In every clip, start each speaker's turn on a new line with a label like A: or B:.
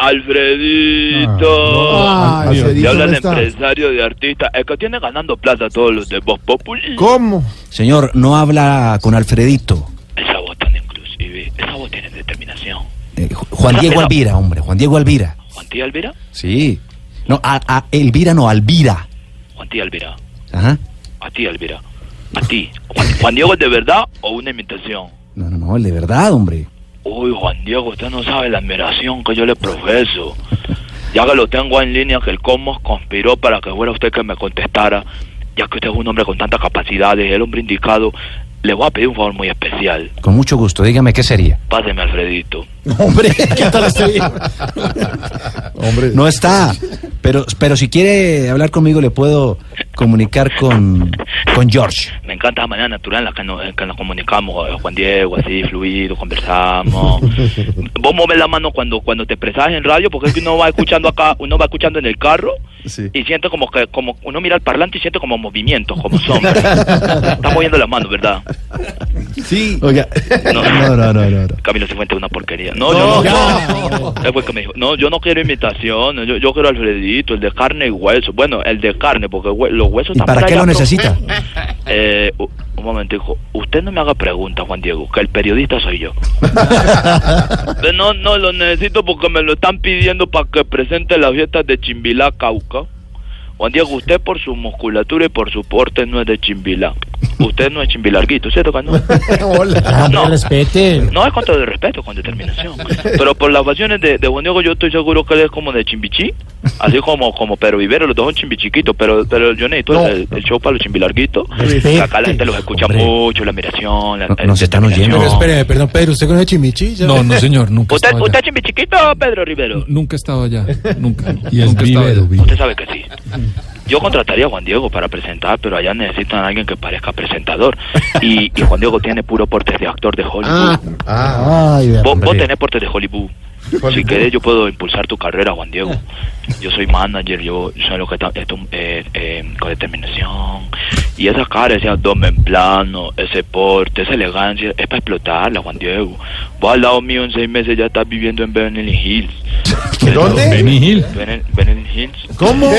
A: Alfredito.
B: Ah,
C: Ay,
B: Alfredito,
A: Le habla
B: ¿dónde
A: el
B: está?
A: empresario de artista. El que tiene ganando plata todos los de Voz Populi.
B: ¿Cómo?
C: Señor, no habla con Alfredito.
A: Esa voz tan inclusive. Esa voz tiene determinación.
C: Eh, Ju- Juan Diego Alvira, hombre. Juan Diego Alvira.
A: Juan Tía Alvira.
C: Sí. No, a, a- Elvira no, Alvira.
A: Juan Tía Alvira.
C: Ajá.
A: A ti, Alvira. A ti. Juan, Juan Diego es de verdad o una imitación.
C: No, no, no, el de verdad, hombre.
A: Uy, Juan Diego, usted no sabe la admiración que yo le profeso. Ya que lo tengo en línea, que el cosmos conspiró para que fuera usted que me contestara, ya que usted es un hombre con tantas capacidades, el hombre indicado, le voy a pedir un favor muy especial.
C: Con mucho gusto, dígame qué sería.
A: Páseme, Alfredito.
C: Hombre,
B: este Hombre,
C: no está. Pero, pero si quiere hablar conmigo, le puedo comunicar con, con George.
A: Me encanta la manera natural en la que nos, en que nos comunicamos, eh, Juan Diego, así, fluido, conversamos. Vos moves la mano cuando, cuando te expresas en radio, porque es que uno va escuchando acá, uno va escuchando en el carro
B: Sí.
A: y siente como que, como uno mira al parlante y siente como movimientos, como sombras. Está moviendo la mano, ¿verdad?
B: sí.
C: Oiga,
A: No.
C: no, no, no, no. no.
A: Camilo Cifuentes es una porquería. No, yo no. Él fue el que me dijo, no, yo no quiero imitación, yo, yo quiero Alfredito, el de carne y hueso. Bueno, el de carne, porque hue- los huesos
C: ¿Y
A: también
C: para
A: hay
C: qué lo
A: afro-
C: necesita?
A: Eh, u- un momentico, usted no me haga preguntas, Juan Diego, que el periodista soy yo. Eh, no, no, lo necesito porque me lo están pidiendo para que presente las fiestas de Chimbilá, Cauca. Juan Diego, usted por su musculatura y por su porte no es de Chimbilá. Usted no es chimbilarguito, ¿cierto que no?
B: Hola.
A: No, No es contra el respeto, con determinación. pues. Pero por las pasiones de, de Juan Diego, yo estoy seguro que él es como de Chimbichí. Así como, como Pedro Vivero, los dos son chimbichiquitos. Pero, pero yo necesito
B: No.
A: el, el show para los chimbilarguitos. Que acá la gente los escucha
C: Hombre.
A: mucho, la admiración. La,
C: No- nos están
A: determinación.
C: oyendo.
D: Pero espere, perdón, Pedro, ¿usted conoce Chimichi? Ya-
E: No, no, señor, nunca he
A: ¿Usted,
E: estado
A: ¿Usted
E: allá.
A: es chimbichiquito, Pedro Rivero?
E: Nunca he estado allá, nunca. nunca he estado allá.
A: Usted sabe que sí. Yo contrataría a Juan Diego para presentar, pero allá necesitan a alguien que parezca presentador. Y, y Juan Diego tiene puro porte de actor de Hollywood.
C: Ay,
A: Vos, vos
C: hombre.
A: tenés porte de Hollywood. Si querés, yo puedo impulsar tu carrera, Juan Diego. Yo soy manager, yo soy lo que está esto, eh, eh, con determinación. Y esa cara, ese abdomen plano, ese porte, esa elegancia, es para explotarla, Juan Diego. Vos al lado mío en seis meses ya estás viviendo en Beverly Hills.
B: ¿Dónde?
E: Benny Hill.
A: Bene- Beverly Hills.
B: ¿Cómo?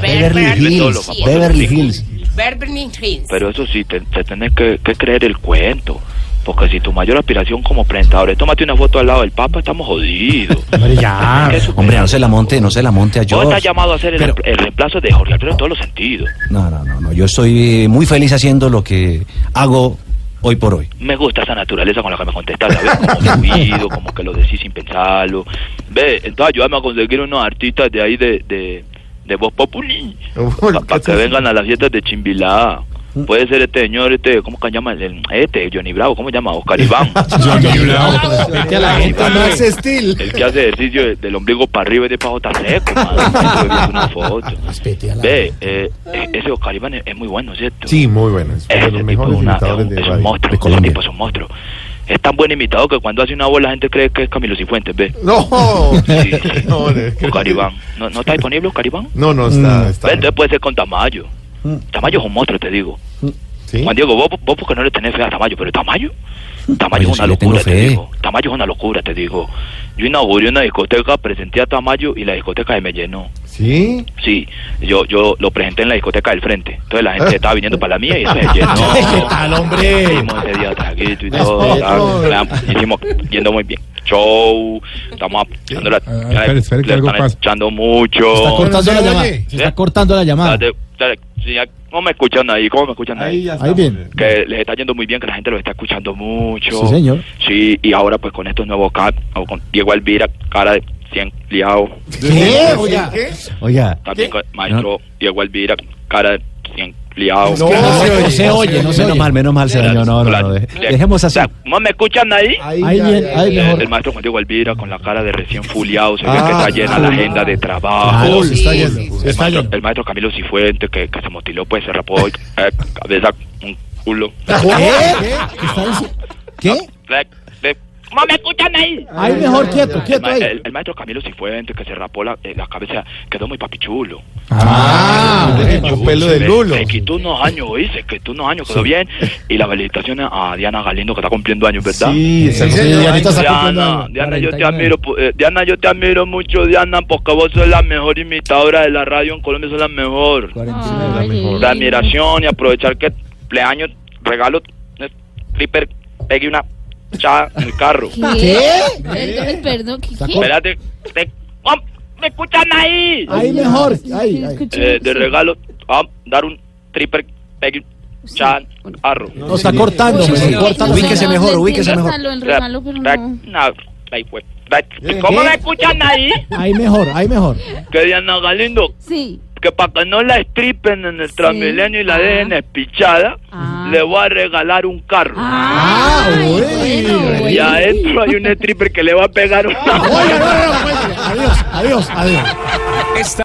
C: Beverly Hills, Beverly Hills.
F: Beverly Hills.
A: Pero eso sí, te, te tenés que, que creer el cuento. Porque si tu mayor aspiración como presentador es tómate una foto al lado del Papa, estamos jodidos.
C: ya.
A: Tenés que
C: Hombre,
A: superar.
C: no se la monte, no se la monte a
A: Vos
C: George.
A: estás llamado a ser el,
C: Pero-
A: el reemplazo de Jorge Alfredo en todos los sentidos.
C: No, no, no, no. Yo estoy muy feliz haciendo lo que hago hoy por hoy.
A: Me gusta esa naturaleza con la que me contestás, ¿sabes? Como fluido, como que lo decís sin pensarlo. Ve, entonces ayúdame a conseguir unos artistas de ahí de, de, de Voz Populi.
B: Uy,
A: Para que vengan a las fiestas de Chimbilá.
D: Mm.
A: Puede ser este señor, este, ¿cómo que se llama? El- el- Este, Johnny Bravo, ¿cómo se llama? Oscar Iván.
B: Vete a la gente, Max Steel.
A: El que hace ejercicio de- del ombligo para arriba y de para abajo está seco, madre. Estoy viendo una foto.
D: Respete a la-
A: Ve, eh, eh, ese Oscar Iván es, es muy bueno, ¿cierto?
B: Sí, muy bueno. Es uno de
A: Ese
B: los
A: tipo
B: mejores
A: una- es
B: imitadores
A: un,
B: de,
A: es un
B: radio-
A: monstruo,
B: de
A: ese
B: Colombia.
A: tipo es un monstruo. Es tan buen imitado que cuando hace una voz la gente cree que es Camilo Cifuentes, ve.
B: No.
A: Sí, sí.
B: No, no,
A: Oscar Iván. ¿No, no está disponible Oscar Iván?
B: No, no, está. está Mm.
A: Ve, entonces puede ser con Tamayo. Tamayo es un monstruo, te digo.
B: ¿Sí?
A: pues, Juan Diego, vos, vos porque no le tenés fe a Tamayo, pero Tamayo, Tamayo
C: Oye,
A: es una
C: sí le tengo
A: locura, te
C: fe.
A: digo. Tamayo es una locura, te digo. Yo inauguré una discoteca, presenté a Tamayo y la discoteca se me llenó.
B: ¿Sí?
A: Sí, yo, yo lo presenté en la discoteca del frente. Entonces la gente estaba viniendo para la mía y eso se llenó.
B: ¿Qué tal, hombre?
A: Hicimos ese día traguito y todo.
B: Respeto.
A: tal. La- Hicimos yendo muy bien. Show, estamos echando la-
E: Ah, espere, espere que
A: le
E: algo
A: están
E: pasa.
A: echando mucho.
D: Está cortando
B: no
D: la
B: se
D: llamada.
B: oye.
D: Se está cortando la llamada.
A: Dale, dale, sí, ¿Cómo me escuchan ahí? ¿Cómo me escuchan ahí?
B: Ahí ya está.
D: Ahí bien.
A: que les está yendo muy bien, que la gente los está escuchando mucho.
D: Sí, señor.
A: Sí, y ahora pues con estos nuevos cap, o con Diego Alvira, cara de 100 liados.
B: ¿Qué? Oye,
C: Oiga,
A: También con maestro Diego Alvira, cara de recién liado.
B: No, no
D: No se oye, no se
C: menos
D: oye.
C: mal, menos mal se dañó. No, no,
A: La-
C: no, de-
A: la-
C: dejemos así.
A: la- ¿No me escuchan ahí?
D: Ahí bien, ahí
A: Eh,
D: mejor.
A: El maestro Juan Diego Elvira con la cara de recién fuleado, se ve
C: Ah,
A: que está llena la agenda de trabajo.
D: Claro,
B: se está yendo,
A: El
B: se está
A: maestro-
B: yendo.
A: El maestro Camilo Cifuente que, que se motiló, pues se rapó eh, cabeza, un culo.
D: ¿Qué está diciendo? ¿Qué?
A: Rec, rec. ¿No me escuchan ahí?
D: Ahí mejor, quieto,
A: El,
D: quieto
A: ma-
D: ahí.
A: el- el maestro Camilo Cifuentes que se rapó la, eh, la cabeza quedó muy papichulo.
B: Ah,
A: Papichulo,
B: con pelo
A: se
B: de
A: le-
B: lulo.
A: Le quitó unos años, oíste, se quitó unos años, quedó bien. Y las felicitaciones a Diana Galindo que está cumpliendo años, ¿verdad?
B: Dianita está
A: Diana, Diana, yo te admiro, pu- eh, Diana, yo te admiro mucho, Diana, porque vos sos la mejor imitadora de la radio en Colombia, sos la mejor. La admiración y aprovechar que cumpleaños, regalo, eh, flipper, pegué una chada en el carro.
F: ¿Qué? Perdón, ¿qué? qué?
A: Espérate, te- ¡Oh! ¿me escuchan ahí?
D: Ahí mejor, ahí, ahí.
F: Escuché,
A: Eh, de
F: sí.
A: regalo, ah, dar un triple pegue, chan, arro.
D: Lo está cortando,
F: Uy,
D: me
F: uy,
D: está cortando.
F: no,
C: Ubíquese
F: no,
C: mejor,
F: no,
C: ubíquese
F: entiendo
C: mejor.
F: hasta lo enregalo, pero
A: Tac,
F: no.
A: na, ahí fue. Tac, ¿Cómo me escuchan ahí?
D: ¿Eh, Ahí mejor, ahí mejor.
A: Que Diana Galindo,
F: Sí.
A: que para que no la stripen en el Transmilenio y la
F: Ah.
A: dejen espichada,
F: Ah.
A: le voy a regalar un carro.
F: Ah,
B: uy.
A: Y adentro
D: Ah,
A: hay un stripper que le va a pegar una
D: Oiga, no, no, no, cuélguele. Adiós, adiós, adiós.